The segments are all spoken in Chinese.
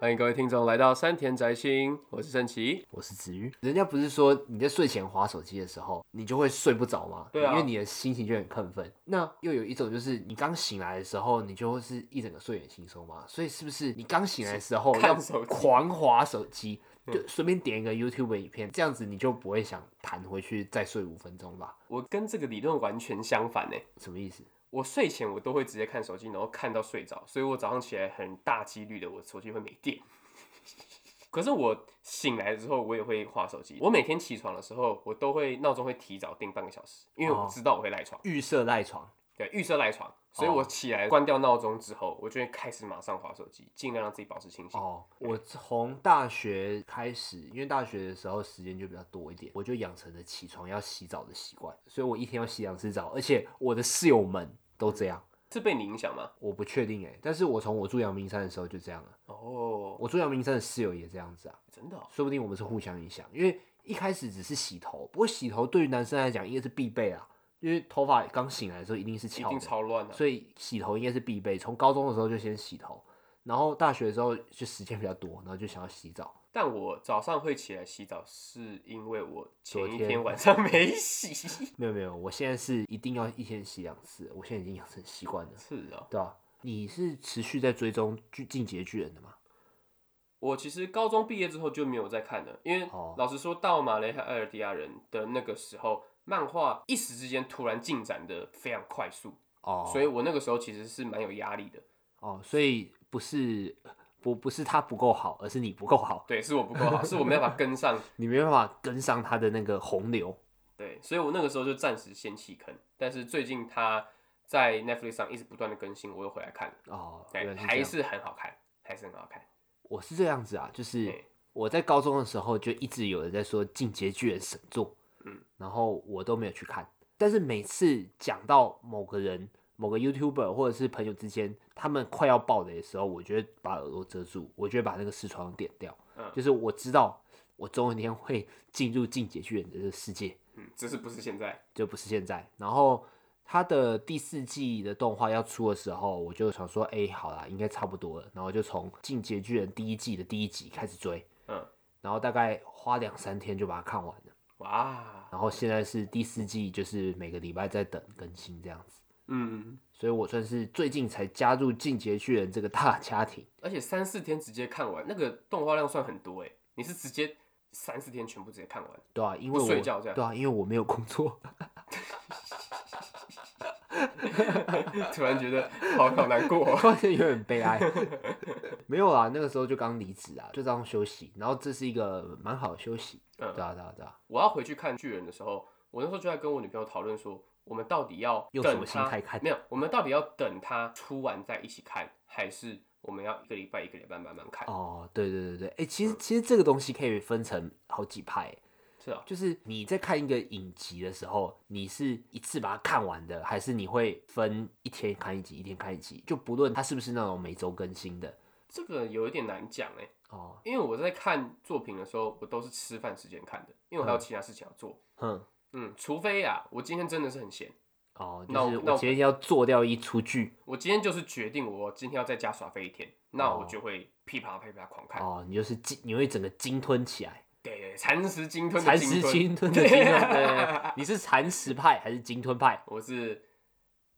欢迎各位听众来到山田宅心，我是盛奇。我是子瑜。人家不是说你在睡前划手机的时候，你就会睡不着吗？对啊因为你的心情就很亢奋。那又有一种就是你刚醒来的时候，你就会是一整个睡眼惺忪嘛。所以是不是你刚醒来的时 候看要手机狂划手机，就随便点一个 YouTube 影片，这样子你就不会想弹回去再睡五分钟吧？我跟这个理论完全相反呢。欸什么意思？我睡前我都会直接看手机，然后看到睡着，所以我早上起来很大几率的我手机会没电。 可是我醒来之后，我也会划手机。我每天起床的时候，我都会闹钟会提早定半个小时，因为我哦知道我会赖床，预设赖床。对，预设赖床，所以我起来关掉闹钟之后，我就会开始马上划手机，尽量让自己保持清醒。哦，我从大学开始，因为大学的时候时间就比较多一点，我就养成了起床要洗澡的习惯，所以我一天要洗两次澡，而且我的室友们都这样。是被你影响吗？我不确定哎、但是我从我住阳明山的时候就这样了，哦，我住阳明山的室友也这样子啊，真的哦、说不定我们是互相影响，因为一开始只是洗头，不过洗头对于男生来讲应该是必备啊，因为头发刚醒来的时候一定是一翘定的，超乱的、啊所以洗头应该是必备。从高中的时候就先洗头，然后大学的时候就时间比较多，然后就想要洗澡。但我早上会起来洗澡，是因为我前一昨天 天晚上没洗。 没有没有，我现在是一定要一天洗两次，我现在已经养成习惯了，是哦，对吧、啊你是持续在追踪巨进阶巨人的吗？我其实高中毕业之后就没有再看了，因为哦老实说，到马雷和艾尔迪亚人的那个时候，漫画一时之间突然进展的非常快速，哦，所以我那个时候其实是蛮有压力的。哦，所以不是不不是他不够好，而是你不够好，对，是我不够好，是我没办法跟 上。你没办法跟上他的那个洪流。对，所以我那个时候就暂时先弃坑，但是最近它在 Netflix 上一直不断的更新，我又回来看了，哦，对，原来还是这样是很好看，还是很好看。我是这样子啊，就是对我在高中的时候就一直有人在说《进阶巨人》神作，嗯，然后我都没有去看，但是每次讲到某个人、某个 YouTuber 或者是朋友之间，他们快要爆雷的时候，我就会把耳朵遮住，我就会把那个视窗点掉，嗯就是我知道我总有一天会进入《进阶巨人》的这个世界，嗯，只是不是现在。就不是现在。然后它的第四季的动画要出的时候，我就想说，哎、好啦，应该差不多了。然后就从《进阶巨人》第一季的第一集开始追，嗯，然后大概花两三天就把它看完了。哇，然后现在是第四季，就是每个礼拜在等更新这样子。嗯，所以我算是最近才加入《进阶巨人》这个大家庭。而且三四天直接看完，那个动画量算很多哎，你是直接三四天全部直接看 完，对啊，因为不我睡觉这样对啊，因为我没有工作，突然觉得好好难过哦、突然间有点 悲哀。没有啦，那个时候就刚离职啊，就这样休息。然后这是一个蛮好的休息。嗯对啊，对啊，对啊。我要回去看巨人的时候，我那时候就在跟我女朋友讨论说，我们到底要用等什么心它态看没有，我们到底要等它出完再一起看，还是我们要一个礼拜一个礼拜慢慢看？哦，对对对对，哎、其嗯实其实这个东西可以分成好几派，欸是啊，就是你在看一个影集的时候，你是一次把它看完的，还是你会分一天看一集，一天看一集，就不论它是不是那种每周更新的。这个有一点难讲哎，哦，因为我在看作品的时候，我都是吃饭时间看的，因为我嗯还有其他事情要做。哼，嗯，除非呀、我今天真的是很闲，哦，那就我是那我我今天要做掉一出剧，我今天就是决定我今天要在家耍飞一天，那哦我就会噼啪噼啪狂看，哦，你就是精，你会整个鲸吞起来，对对，蚕食鲸吞的蚕鲸食吞，鲸吞的 鲸吞，啊对对对，你是蚕食派还是鲸吞派？我是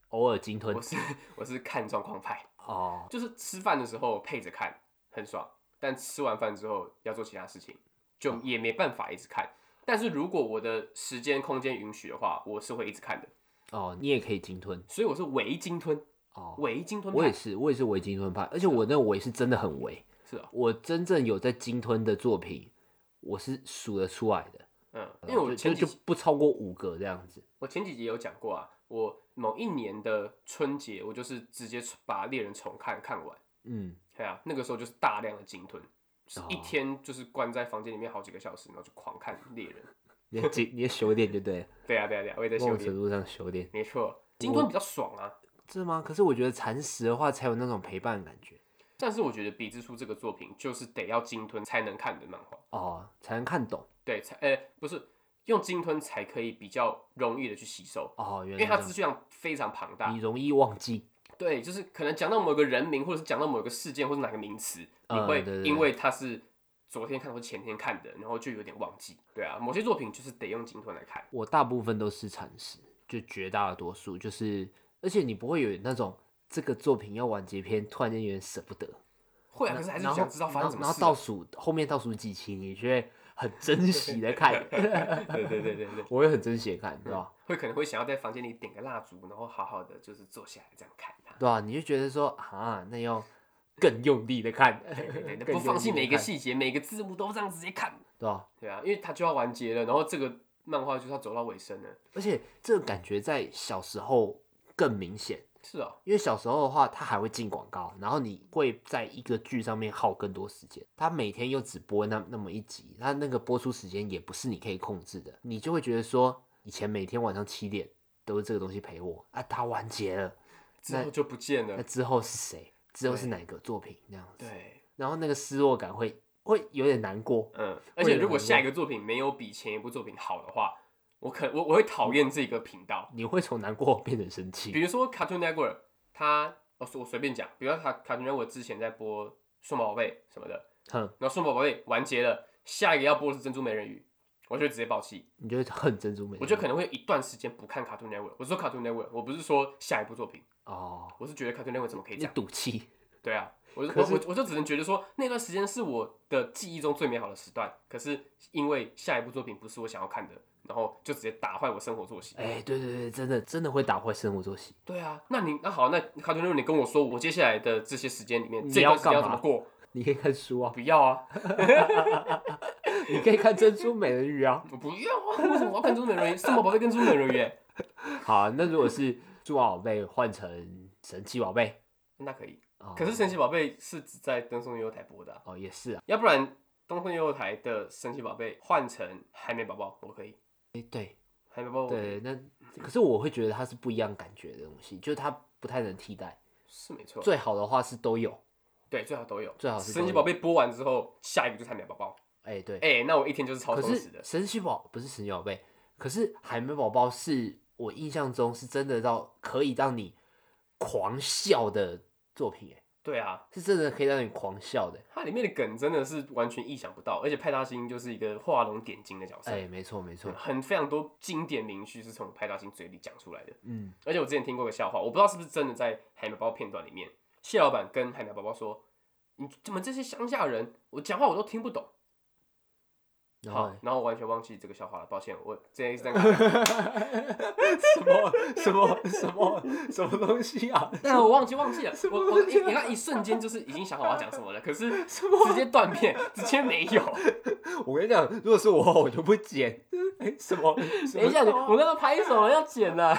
偶尔鲸吞我，是我是看状况派，哦，就是吃饭的时候配着看很爽，但吃完饭之后要做其他事情，就也没办法一直看。但是如果我的时间空间允许的话，我是会一直看的，哦，你也可以鲸吞，所以我是唯鲸吞，哦，唯鲸吞我也派，是，我也是围鲸吞派，而且我啊那围是真的很围。是啊，我真正有在鲸吞的作品，我是数得出来的，嗯，因为我哦就前就几就不超过五个这样子。我前几集有讲过啊，我某一年的春节，我就是直接把猎人重看看完，嗯，对啊，那个时候就是大量的鲸吞，就是哦一天就是关在房间里面好几个小时，然后就狂看猎人。你的精，你的修炼就对了，对啊，对啊，对啊，我也在某修种炼程，度上修炼，没错，鲸吞比较爽啊。是吗？可是我觉得蚕食的话才有那种陪伴感觉但是我觉得《比之书》这个作品就是得要鲸吞才能看的漫画，哦，才能看懂对，才呃不是用鲸吞才可以比较容易的去吸收，哦。因原为来它这资讯量非常庞大样，你，容易忘记对，就是可能讲到某个人名，或者是讲到某个事件，或者哪个名词，你嗯会对对因对为它是昨天看或前天看的，然后就有点忘记。对啊，某些作品就是得用鲸吞来看。我大部分都是蚕食，就绝大多数就是，而且你不会有那种这个作品要完结篇，突然间有点舍不得。会啊，然可是还是然后想知道发生什么然后事、然后啊倒。数后面倒数几期，你就会很珍惜的看， 对对对对对，我会很珍惜的看，对吧？会可能会想要在房间里点个蜡烛，然后好好的就是坐下来这样看它。对吧？你就觉得说啊，那要更用力的看，对对对， 更不放用弃力地每个看，细节，每个字幕都这样直接看。对吧？对啊，因为它就要完结了，然后这个漫画就是要走到尾声了。而且这个感觉在小时候更明显，是哦，因为小时候的话，它还会进广告，然后你会在一个剧上面耗更多时间。它每天又只播那那么一集，它那个播出时间也不是你可以控制的，你就会觉得说，以前每天晚上七点都是这个东西陪我啊，它完结了，之后就不见那了。之后是谁？之后是对哪个作品？那样子，对，然后那个失落感会会有点难过，嗯，而会且有如果很下多一个作品没有比前一部作品好的话，我可我我会讨厌这个频道。你会从难过变成生气比。如说 Cartoon Network，它哦我随便讲，比如说它 Cartoon Network 之前在播《数码宝贝》什么的，哼，然后《数码宝贝》完结了，下一个要播的是《珍珠美人鱼》，我就会直接爆气。你就会恨珍珠美人鱼。我觉得可能会有一段时间不看 Cartoon Network。我是说 Cartoon Network，我不是说下一部作品，哦，我是觉得 Cartoon Network 怎么可以这你样？赌气。对啊，我就可我是我我就只能觉得说那段时间是我的记忆中最美好的时段，可是因为下一部作品不是我想要看的，然后就直接打坏我生活作息。哎、对对对，真的真的会打坏生活作息。对啊，那你那好，那 Cartoon Network 你跟我说，我接下来的这些时间里面，你这要段时间要怎干么嘛过？你可以看书啊，不要啊，你可以看《珍珠美人鱼》啊。 我不要啊，为什么我要看《中美人鱼》？数码宝贝跟《中美人鱼》欸，好啊，那如果是数码宝贝换成神奇宝贝，那可以。哦可是神奇宝贝是只在登松优台播的啊、哦也是啊，要不然东森幼幼台的神奇宝贝换成海绵宝宝，我可以。哎、对海绵宝宝我可以对，那可是我会觉得它是不一样感觉的东西，就是它不太能替代。是没错，最好的话是都有，对最好都有。最好是都神有奇宝贝播完之后，下一个就是海绵宝宝。哎、对，哎、那我一天就是超可充实是的。神奇宝不是神奇宝贝，可是海绵宝宝是我印象中是真的到可以让你狂笑的作品、哎，对啊，是真的可以让你狂笑的。它里面的梗真的是完全意想不到，而且派大星就是一个画龙点睛的角色。哎、没错没错，很非常多经典名句是从派大星嘴里讲出来的，嗯，而且我之前听过个笑话，我不知道是不是真的在海绵宝宝片段里面，蟹老板跟海绵宝宝说：“你怎么这些乡下人，我讲话我都听不懂。”然后好嘞，然后我完全忘记这个笑话了，抱歉，我之前一直在看， 什么什么什么什么东西啊？但我忘记忘记了，我 我么东你西啊你看一瞬间就是已经想好我要讲什么了，可是什么直接断片，直接没有。我跟你讲，如果是我，我就不剪。 哎，什么？等一下，我刚刚拍手了，要剪了。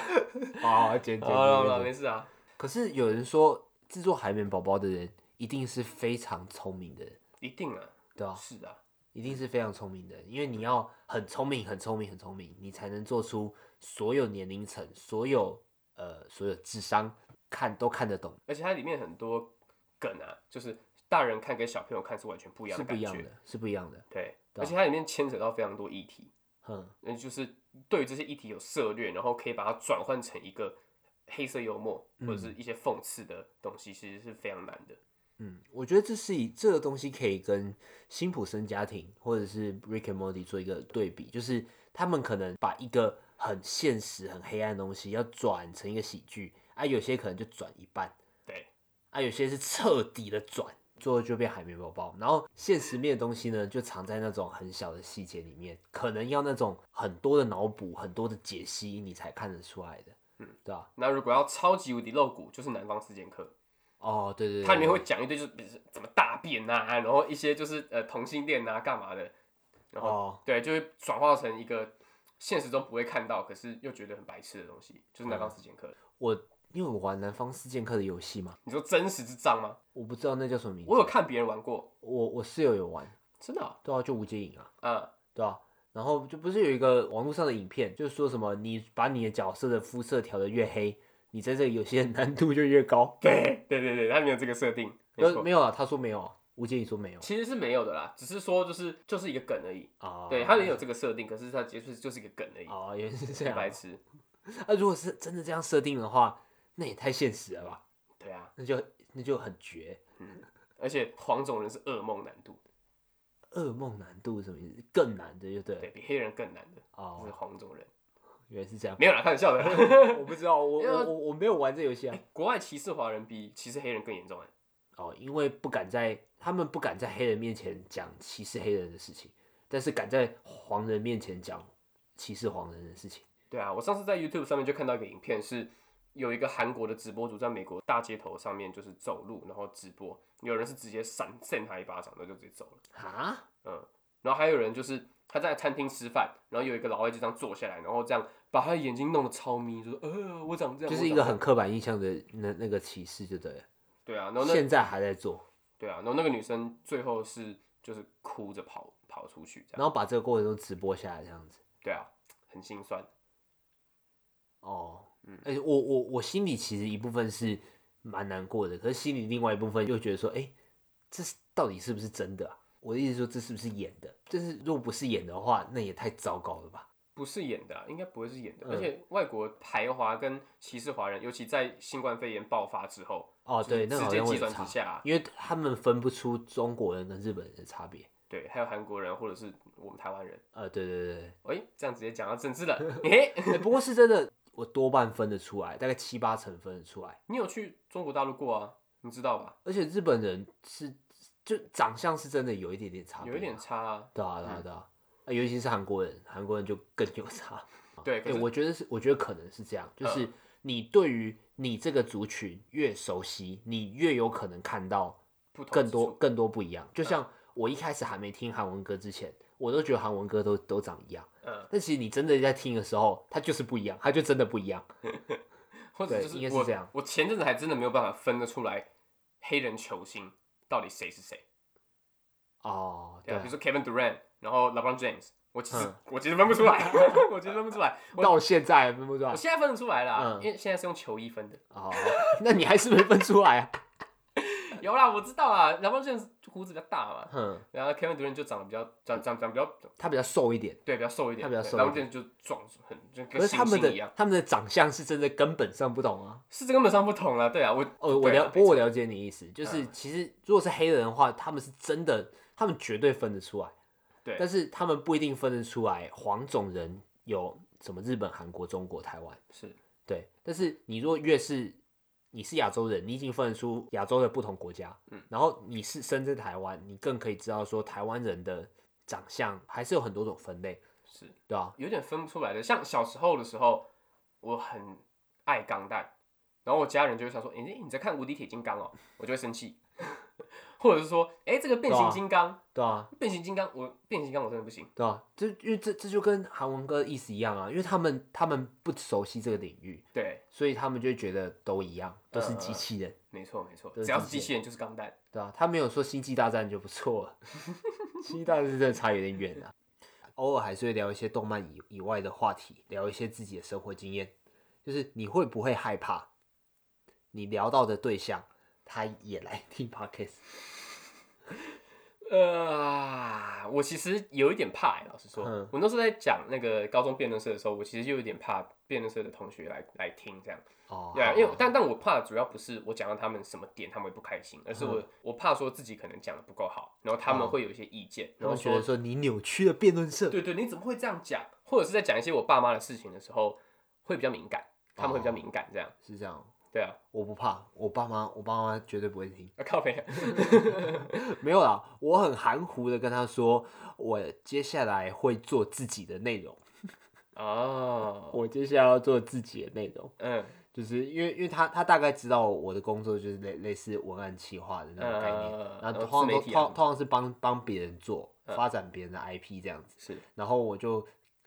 啊，剪剪好了好了，剪没剪。事啊。可是有人说，制作海绵宝宝的人一定是非常聪明的人，一定啊，对吧、是啊，一定是非常聪明的人，因为你要很聪明、很聪明、很聪明，你才能做出所有年龄层、所有呃、所有智商看都看得懂，而且它里面很多梗啊，就是大人看跟小朋友看是完全不一样是的不感一样觉，的，是不一样的。对，对啊而且它里面牵扯到非常多议题，哼，嗯，就是对于这些议题有涉略，然后可以把它转换成一个黑色幽默或者是一些讽刺的东西，其实是非常难的。嗯，我觉得这是以这个东西可以跟辛普森家庭或者是 Rick and Morty 做一个对比，就是他们可能把一个很现实、很黑暗的东西要转成一个喜剧啊，有些可能就转一半对，啊，有些是彻底的转，最后就变海绵宝宝。然后现实面的东西呢，就藏在那种很小的细节里面，可能要那种很多的脑补、很多的解析，你才看得出来的，嗯嗯，对吧、那如果要超级无敌露骨，就是南方四剑客，哦，对对对，它里面对会讲一堆就是比如说怎么大便呐、然后一些就是呃同性恋呐、干嘛的，然后、哦对，就会转化成一个现实中不会看到，可是又觉得很白痴的东西，就是南方四剑客。我因为我玩南方四剑客的游戏嘛。你说真实智障吗？我不知道那叫什么名字。我有看别人玩过，我我室友有玩，真的啊、对啊，就无界影啊，嗯，对啊。然后就不是有一个网络上的影片，就是说什么你把你的角色的肤色调的越黑，你在这个游戏的难度就越高。 对对对对，它没有这个设定，没呃，错没，有啊，他说没有啊，无界影说没有其实是没有的啦，只是说就是就是一个梗而已。啊。对，它也有这个设定，可是它其实就是一个梗而已，啊，原来是这很样啊白。痴。啊，如果是真的这样设定的话，那也太现实了吧？对啊，那就那就很绝。而且黄种人是噩梦难度，噩梦难度是什么意思？更难的就对了对比黑人更难的哦是，黄种人。原来是这样。没有啦，开玩笑的啦。我不知道，我因为我我我没有啊玩这游戏啊。国外歧视华人比歧视黑人更严重哎、哦，因为不敢在他们不敢在黑人面前讲歧视黑人的事情，但是敢在黄人面前讲歧视黄人的事情。对啊，我上次在 YouTube 上面就看到一个影片，是有一个韩国的直播主在美国大街头上面就是走路，然后直播，有人是直接闪扇他一巴掌，那就直接走了。啊？嗯，然后还有人就是他在餐厅吃饭，然后有一个老外就这样坐下来，然后这样把他的眼睛弄得超眯，就说呃我长这样，就是我长一个这样很刻板印象的那那个歧视，就对了。对啊，然后那现在还在做，对啊，然后那个女生最后是就是哭着跑跑出去这样，然后把这个过程都直播下来，这样子。对啊，很心酸，哦，嗯而且我我我心里其实一部分是蛮难过的，可是心里另外一部分又觉得说，哎、这是到底是不是真的啊？我的意思是说，这是不是演的？但是如果不是演的话，那也太糟糕了吧？不是演的啊、应该不会是演的，嗯而且外国排华跟歧视华人，尤其在新冠肺炎爆发之后，哦，就是对，那个直好接像会计有算之差，下啊，因为他们分不出中国人跟日本人的差别。对，还有韩国人或者是我们台湾人，呃，对对对对 哎、这样直接讲到政治了，嘿嘿对、诶不过是真的，我多半分得出来，大概七八成分得出来。你有去中国大陆过啊？你知道吧？而且日本人是就长相是真的有一点点差别啊，有一点差啊，对啊，对啊，对啊，呃尤其是韩国人，韩国人就更有差。对可啊对，是嗯我觉得是，我觉得可能是这样，就是你对于你这个族群越熟悉，你越有可能看到不同更之多处嗯更多不一样。就像我一开始还没听韩文歌之前，我都觉得韩文歌都都长一样，嗯，但其实你真的在听的时候，它就是不一样，它就真的不一样。或者对就是应该是我这样我前阵子还真的没有办法分得出来黑人球星到底谁是谁，哦，对对啊，啊比如，说 Kevin Durant，然后 LeBron James，我其实、嗯我其实分不出来， 我其实分不出来，我到现在还分不出来我。现在分得出来啦，嗯因为现在是用球衣分的。哦，那你还是没分出 来啊？有啦，我知道啊，LeBron James 胡子比较大嘛，哼，然后 Kevin Durant 就长得比较长长长比较他比较瘦一点。对比较瘦一点，他比较对瘦一 LeBron 点 James 就壮很就可跟是猩他们猩一的样，他们的长相是真的根本上不同啊。是这根本上不同了，对啊，我哦，我对啊了，不过我没错了解你的意思，就是嗯其实如果是黑人的话，他们是真的，他们绝对分得出来。对但是他们不一定分得出来黄种人有什么日本、韩国、中国、台湾。是对，但是你如果越是你是亚洲人，你已经分得出亚洲的不同国家，嗯然后你是生在台湾，你更可以知道说台湾人的长相还是有很多种分类，是对吧、有点分不出来的。像小时候的时候，我很爱钢弹，然后我家人就会想说：“诶，你在看《无敌铁金刚》哦？”我就会生气， 或者是说：“诶，这个变形金刚，对啊，变形金刚，我变形金刚我真的不行。对啊，这因为这这就跟韩文歌的意思一样啊，因为他们他们不熟悉这个领域，”对，所以他们就会觉得都一样，都是机嗯嗯器人，没错没错，都是只要是机机器器人就是钢弹。对啊，他没有说《星际大战》就不错了， 《星际大战》真的差有点远啊。偶尔还是会聊一些动漫以以外的话题，聊一些自己的生活经验，就是你会不会害怕你聊到的对象他也来听 podcast？ 呃，我其实有一点怕、欸，老实说，嗯我那时候在讲那个高中辩论社的时候，我其实就有点怕辩论社的同学来来听这样。哦，对啊，好因为好但但我怕的主要不是我讲到他们什么点他们会不开心，而是我、嗯我怕说自己可能讲的不够好，然后他们哦会有一些意见，他然后们觉得说说你扭曲了辩论社，对对，你怎么会这样讲？或者是在讲一些我爸妈的事情的时候，会比较敏感，他们会比较哦敏感这样。是这样。对啊，我不怕，我爸妈，我爸妈绝对不会听。 啊靠北，没有啦，我很含糊的跟他说，我接下来会做自己的内容，哦，我接下来要做自己的内容，嗯就是因为因为他他大概知道我的工作就是类类似文案企划的那种概念，呃然后呃通常自媒都体通啊嗯常通常是帮帮别人做，发展别人的 IP 这样子，是然后我就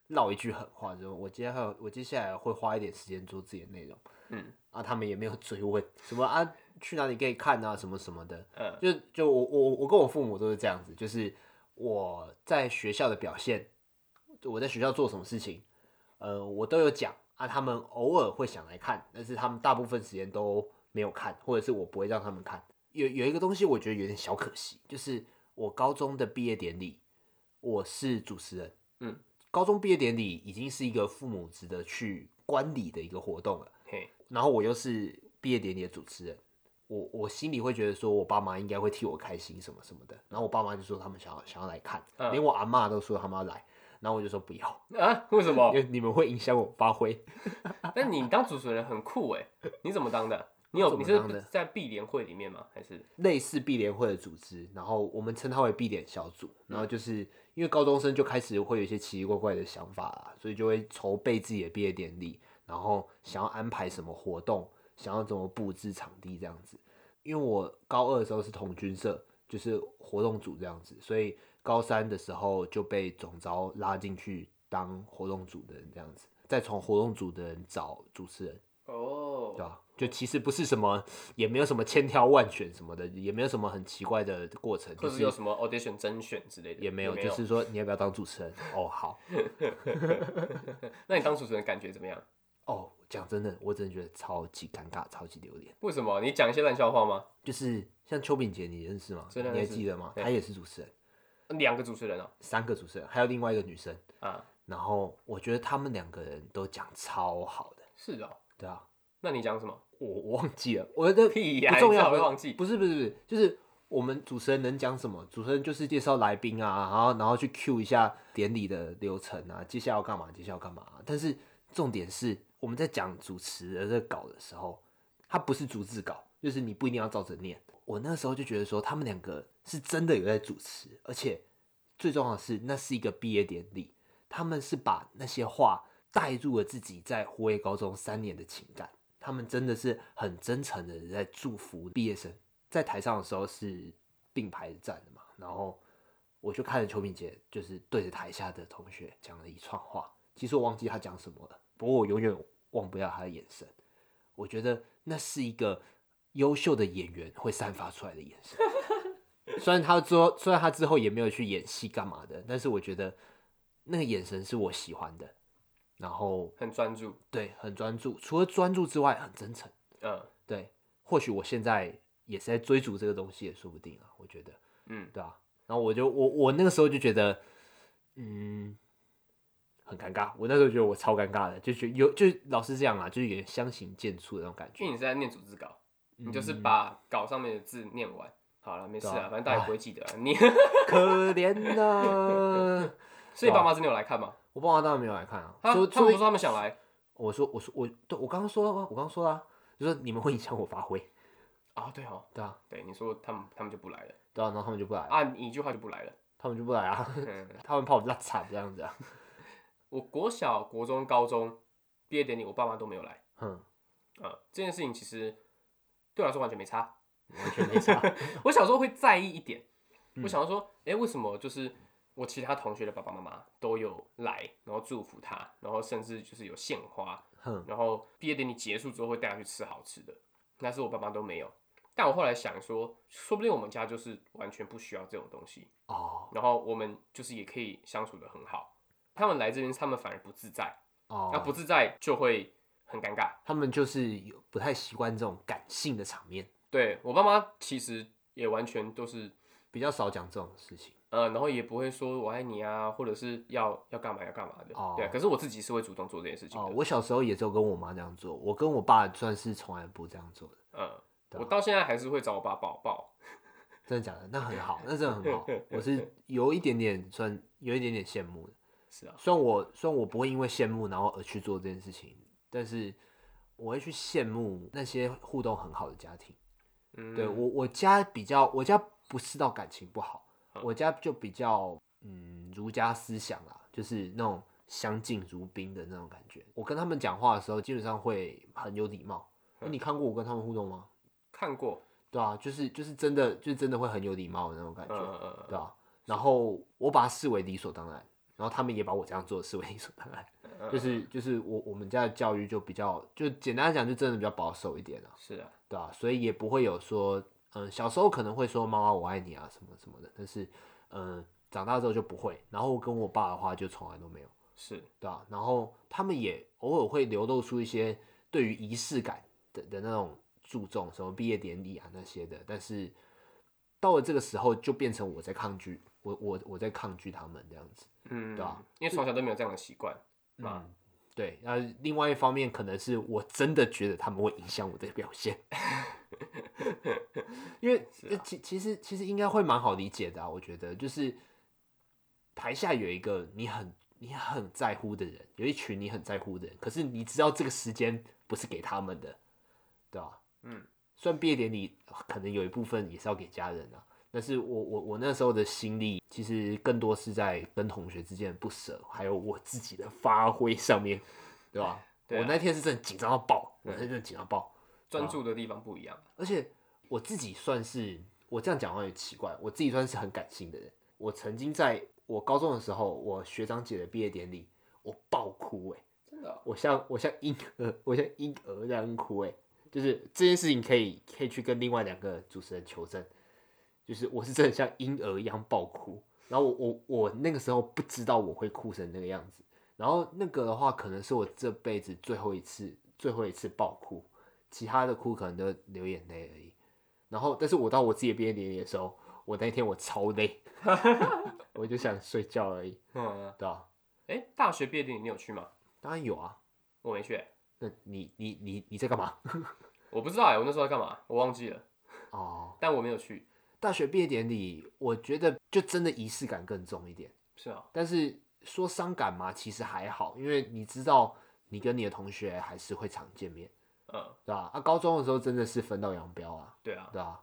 唠一句狠话，就是我接下来我接下来会花一点时间做自己的内容嗯啊，他们也没有追问什么啊去哪里可以看啊什么什么的，嗯就就我我我跟我父母都是这样子，就是我在学校的表现，我在学校做什么事情，呃，我都有讲啊，他们偶尔会想来看，但是他们大部分时间都没有看，或者是我不会让他们看。有有一个东西我觉得有点小可惜，就是我高中的毕业典礼，我是主持人，嗯，高中毕业典礼已经是一个父母值得去观礼的一个活动了。嘿然后我又是毕业典礼的主持人，我我心里会觉得说，我爸妈应该会替我开心什么什么的。然后我爸妈就说他们想要想要来看，嗯连我阿嬷都说他们要来，然后我就说不要，啊？为什么因？为你们会影响我发挥。但你当主持人很酷哎，你怎么当的？你有怎你么是当的在碧联会里面吗？还是类似必联会的组织，然后我们称它为必联小组。然后就是因为高中生就开始会有一些奇奇怪怪的想法啦，所以就会筹备自己的毕业典礼，然后想要安排什么活动，想要怎么布置场地这样子。因为我高二的时候是童军社，就是活动组这样子，所以高三的时候就被总招拉进去当活动组的人这样子，再从活动组的人找主持人。哦对吧、就其实不是什么，也没有什么千挑万选什么的，也没有什么很奇怪的过程，或就者有是什么 audition 甄选之类的？也没有，就是说你要不要当主持人？哦，好，那你当主持人感觉怎么样？哦，讲真的，我真的觉得超级尴尬，超级丢脸。为什么？你讲一些烂笑话吗？就是像邱炳杰，你认识吗？虽你然还认识记得吗？对他也是主持人，两个主持人哦、三个主持人，还有另外一个女生。啊，然后我觉得他们两个人都讲超好的，是哦、对啊，那你讲什么？我我忘记了，我 的屁呀、不你重至少要，会不忘记。不是不是不是，就是我们主持人能讲什么？主持人就是介绍来宾啊，然后然后去 cue 一下典礼的流程啊，接下来要干嘛，接下来要干嘛、啊但是重点是我们在讲主持的这个稿的时候，它不是逐字稿，就是你不一定要照着念。我那时候就觉得说，他们两个是真的有在主持，而且最重要的是，那是一个毕业典礼，他们是把那些话带入了自己在湖北高中三年的情感，他们真的是很真诚的在祝福毕业生。在台上的时候是并排站的嘛，然后我就看着邱敏杰，就是对着台下的同学讲了一串话，其实我忘记他讲什么了，不过我永远忘不了他的眼神。我觉得那是一个优秀的演员会散发出来的眼神。虽然他之后，虽然他之后也没有去演戏干嘛的，但是我觉得那个眼神是我喜欢的。然后很专注，对，很专注，除了专注之外，很真诚。嗯对，或许我现在也是在追逐这个东西，也说不定啊。我觉得，嗯，对啊。然后我就我我那个时候就觉得，嗯，很尴尬。我那时候觉得我超尴尬的，就觉得有就是老是这样啊，就是有点相形见绌的那种感因觉为。你是在念组织稿，你就是嗯把稿上面的字念完。好了，没事对啊，啊反正大家也不会记得啊。你， 可怜呐、所以爸妈真的有来看吗？我爸妈当然没有来看啊，他他说们啊所不以是说他们想来我说我说我对我刚刚说了啊吗？我刚刚说啦、就说你们会影响我发挥，啊？对哦，对啊，对，你说他们他们就不来了对啊，然后他们就不来，啊，你一句话就不来了。他们就不来啊，嗯，他们怕我拉惨这样子啊， 我国小、国中、高中毕业典礼，我爸妈都没有来。哼，啊，这件事情其实对我来说完全没差。完全没差， 我小时候会在意一点，嗯我想要说，哎、为什么就是我其他同学的爸爸妈妈都有来，然后祝福他，然后甚至就是有献花，哼，然后毕业典礼结束之后会带他去吃好吃的，但是我爸妈都没有。但我后来想说，说不定我们家就是完全不需要这种东西，哦然后我们就是也可以相处的很好。他们来这边，他们反而不自在，啊哦，那、不自在就会很尴尬。他们就是有不太习惯这种感性的场面，对我爸妈其实也完全都是，比较少讲这种事情。呃，然后也不会说我爱你啊，或者是要要干嘛要干嘛的。哦对，可是我自己是会主动做这件事情哦，的。我小时候也只有跟我妈这样做，我跟我爸算是从来不这样做的，嗯，对啊我到现在还是会找我爸抱抱。真的假的？那很好，那真的很好，我是有一点点算有一点点羡慕的。是啊，虽然我虽然我不会因为羡慕然后而去做这件事情，但是我会去羡慕那些互动很好的家庭。嗯，对我我家比较，我家不是到感情不好，嗯我家就比较嗯儒家思想啦，就是那种相敬如宾的那种感觉。我跟他们讲话的时候，基本上会很有礼貌。嗯你看过我跟他们互动吗？看过，对啊，就是就是真的就是真的会很有礼貌的那种感嗯觉，嗯对啊。然后我把它视为理所当然，然后他们也把我这样做视为理所当然。嗯，就嗯是就是我我们家的教育就比较就简单来讲就真的比较保守一点啊。是啊，对啊，所以也不会有说，嗯，小时候可能会说妈妈我爱你啊什么什么的，但是，嗯，长大之后就不会。然后我跟我爸的话就从来都没有，是对啊，然后他们也偶尔会流露出一些对于仪式感的的那种注重，什么毕业典礼啊那些的，但是到了这个时候就变成我在抗拒，我我我在抗拒他们这样子。嗯，对啊，因为从小都没有这样的习惯。嘛嗯，对。那另外一方面，可能是我真的觉得他们会影响我的表现。 因为是呃啊其其实其实应该会蛮好理解的啊，我觉得就是台下有一个你很你很在乎的人，有一群你很在乎的人，可是你知道这个时间不是给他们的，对吧、嗯，虽然毕业典礼呃可能有一部分也是要给家人啊，但是我我我那时候的心力其实更多是在跟同学之间的不舍，还有我自己的发挥上面，对吧、对啊我那天是真的紧张到爆，我嗯那天真的紧张到爆。专注的地方不一样。而且我自己算是，我这样讲好像有点奇怪，我自己算是很感性的人。我曾经在我高中的时候，我学长姐的毕业典礼，我爆哭哎、真的哦、我像我像婴儿，我像婴儿这样哭哎、就是这件事情可以可以去跟另外两个主持人求证，就是我是真的像婴儿一样爆哭，然后我我我那个时候不知道我会哭成那个样子，然后那个的话可能是我这辈子最后一次最后一次爆哭，其他的哭可能都流眼泪而已，然后但是我到我自己的毕业典礼的时候，我那天我超累，我就想睡觉而已，嗯，对吧、啊？哎、大学毕业典礼你有去吗？当然有啊，我没去欸、那你你你你在干嘛？我不知道哎、我那时候在干嘛，我忘记了，哦，但我没有去。大学毕业典礼，我觉得就真的仪式感更重一点。是啊，但是说伤感嘛，其实还好，因为你知道你跟你的同学还是会常见面，嗯，对吧？啊，高中的时候真的是分道扬镳啊，对啊，对吧？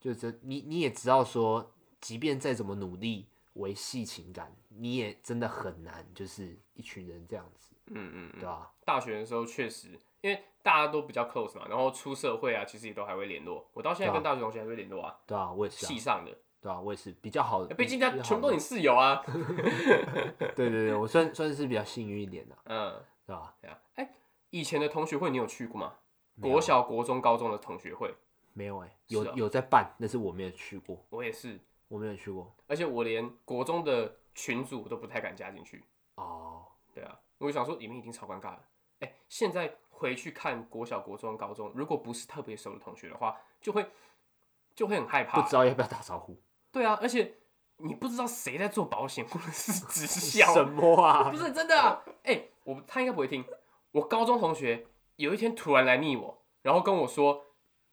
就这，你你也知道说，即便再怎么努力维系情感，你也真的很难，就是一群人这样子，嗯嗯对嗯，啊吧？大学的时候确实，因为大家都比较 close 嘛，然后出社会啊，其实也都还会联络。我到现在对啊跟大学同学还会联络啊，对啊，我也是、啊系，上的，欸对啊，我也是比较好，毕竟他比较好全部都你室友 啊。对对对，我算算是比较幸运一点的、嗯，对吧？对啊。哎、以前的同学会你有去过吗？没有国小、国中、高中的同学会，没有哎、欸，是有、哦有在办，但是我没有去过，我也是，我没有去过。而且我连国中的群组我都不太敢加进去。哦，对啊，我就想说里面已经超尴尬了。哎，现在回去看国小、国中、高中，如果不是特别熟的同学的话，就会就会很害怕。不知道要不要打招 呼？对啊，而且你不知道谁在做保险或者是直 什销，么啊不？是真的啊。哎，我他应该不会听。我高中同学有一天突然来密我，然后跟我说：“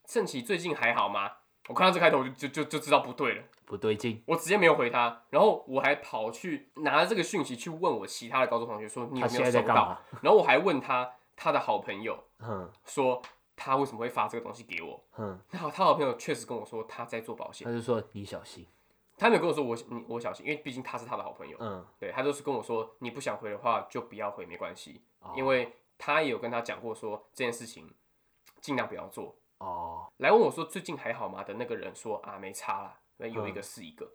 盛奇最近还好吗？”我看到这开头我就就就就知道不对了，不对劲，我直接没有回他，然后我还跑去拿着这个讯息去问我其他的高中同学说：“你有他没现有在在收干到？”嘛？然后我还问他他的好朋友哼说他为什么会发这个东西给我，哼，然后他好朋友确实跟我说他在做保险他，就说你小心。他没有跟我说我你我小心，因为毕竟他是他的好朋友，嗯，对他就是跟我说你不想回的话就不要回没关系，哦因为他也有跟他讲过说这件事情尽量不要做。哦，来问我说最近还好吗的那个人说啊没差啦，那有一个是一个，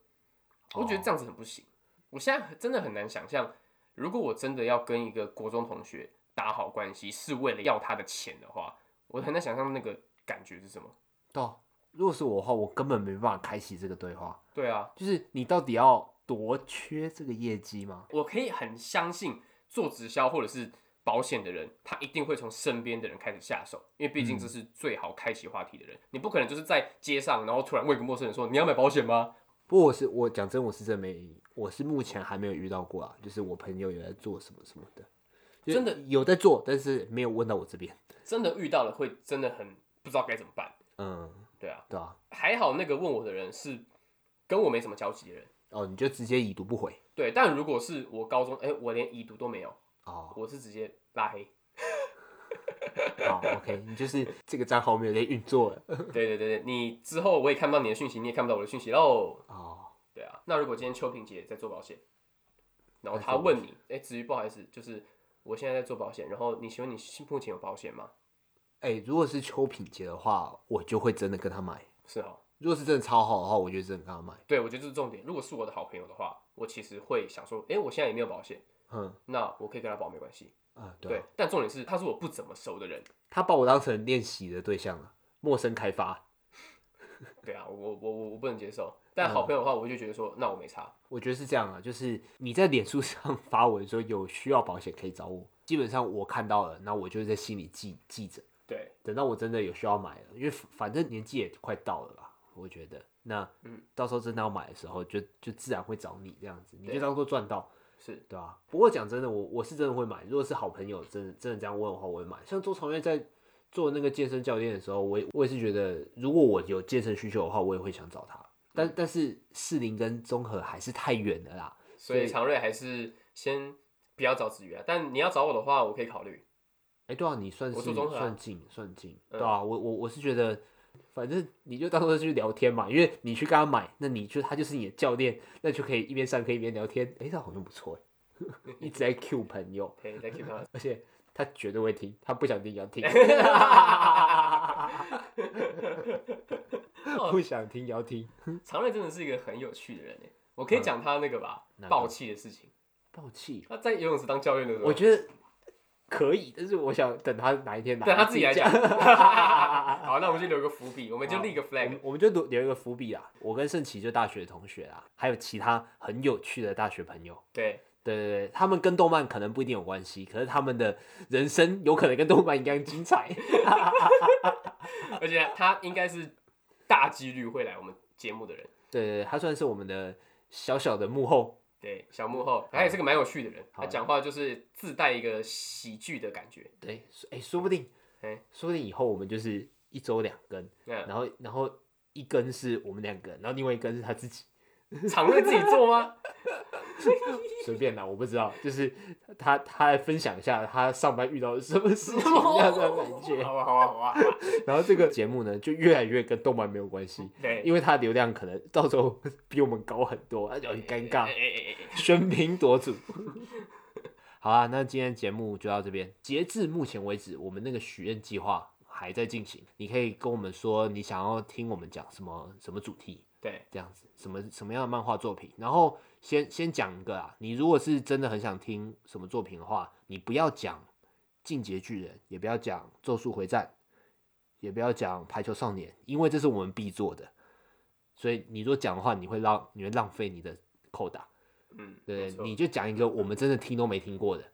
我觉得这样子很不行。我现在真的很难想象，如果我真的要跟一个国中同学打好关系，是为了要他的钱的话，我很难想象那个感觉是什么。对啊。如果是我的话，我根本没办法开启这个对话。对啊，就是你到底要多缺这个业绩吗？我可以很相信做直销或者是保险的人，他一定会从身边的人开始下手，因为毕竟这是最好开启话题的人。你不可能就是在街上，然后突然问一个陌生人说你要买保险吗？不过我是我讲真，我是真没，我是目前还没有遇到过啊。就是我朋友有在做什么什么的，就是真的有在做，但是没有问到我这边。真的遇到了会真的很不知道该怎么办。嗯，对啊，对啊。还好那个问我的人是跟我没什么交集的人。哦，你就直接已读不回。对，但如果是我高中，哎、我连已读都没有，哦，我是直接拉 黑。好，OK，你就是这个账号没有在运作了。对对对对，你之后我也看不到你的讯息，你也看不到我的讯息喽。哦，对啊，那如果今天邱萍姐在做保险，然后在她做保问你，哎、子瑜不好意思，就是我现在在做保险，然后你请问你目前有保险吗？哎、如果是秋品节的话，我就会真的跟他买。是哦，如果是真的超好的话，我就真的跟他买。对我觉得这是重点。如果是我的好朋友的话，我其实会想说，哎、我现在也没有保险，嗯那我可以跟他保没关系。啊、对啊对，但重点是他是我不怎么熟的人，他把我当成练习的对象了，陌生开发。对啊，我我我我不能接受。但嗯好朋友的话，我就觉得说，那我没差。我觉得是这样啊，就是你在脸书 上发文说有需要保险可以找我，基本上我看到了，那我就在心里记记着，对，等到我真的有需要买了，因为反反正年纪也快到了吧，我觉得那嗯到时候真的要买的时候就，就自然会找你这样子，你就对当做赚到。是对啊，不过讲真的，我我是真的会买。如果是好朋友，真的真的这样问的话，我会买。像周长月在做那个健身教练的时候，我也我也是觉得，如果我有健身需求的话，我也会想找他。嗯但但是士林跟中和还是太远了啦。所以常瑞还是先不要找子瑜啊。但你要找我的话，我可以考虑。哎、对啊，你算是我住中和啊算近算近，嗯对啊，我我我是觉得，反正你就当做去聊天嘛，因为你去跟他买，那你就他就是你的教练，那就可以一边上课一边聊天。哎、 这好像不错哎，一直在 Q 朋友，可以再 keep 他。而且他绝对会听，他不想听也要 听哦，不想听也要听。 常瑞真的是一个很有趣的人诶，我可以讲他那个吧，嗯哪个爆气的事情。爆气，他在游泳池当教练的时候，我觉得可以，但是我想等他哪一天来，对他自己来讲。 好，那我们就留个伏笔，我们就好立个我 flag 们。我们就留留一个伏笔啦。我跟盛奇就大学同学啦，还有其他很有趣的大学朋友。对，对对对，他们跟动漫可能不一定有关系，可是他们的人生有可能跟动漫一样精彩。 而且他应该是大几率会来我们节目的人。对对对，他算是我们的小小的幕后。对，小幕后，他也是个蛮有趣的人，好他讲话就是自带一个喜剧的感觉。对，哎，说不定哎，说不定以后我们就是一周两根，那然后然后一根是我们两个，然后另外一根是他自己，常瑞自己做吗？随便啦，我不知道，就是他他来分享一下他上班遇到什么事情这样的感觉。好啊，好啊，好啊。然后这个节目呢，就越来越跟动漫没有关系，对，因为它流量可能到时候 比我们高很多，那就很尴哎尬，哎哎哎喧宾夺主。 好啊，那今天节目就到这边。截至目前为止，我们那个许愿计划还在进行，你可以跟我们说你想要听我们讲什么什么主题，对，这样子，什么什么样的漫画作品。然后先先讲一个啊，你如果是真的很想听什么作品的话，你不要讲《进阶巨人》，也不要讲《咒术回战》，也不要讲《排球少年》，因为这是我们必做的。所以你若讲的话，你会浪你会浪费你的扣打，嗯，对没不错对？你就讲一个我们真的听都没听过的，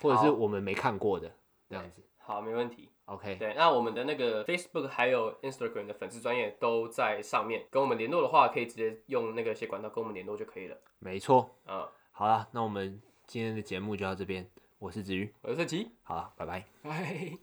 或者是好我们没看过的这样子。好，没问题。 OK，对，那我们的那个 Facebook 还有 Instagram 的粉丝专业都在上面，跟我们联络的话，可以直接用那个些管道跟我们联络就可以了。没错。啊、好啦，那我们今天的节目就到这边，我是子瑜，我是盛奇，好啦，拜拜。嗨。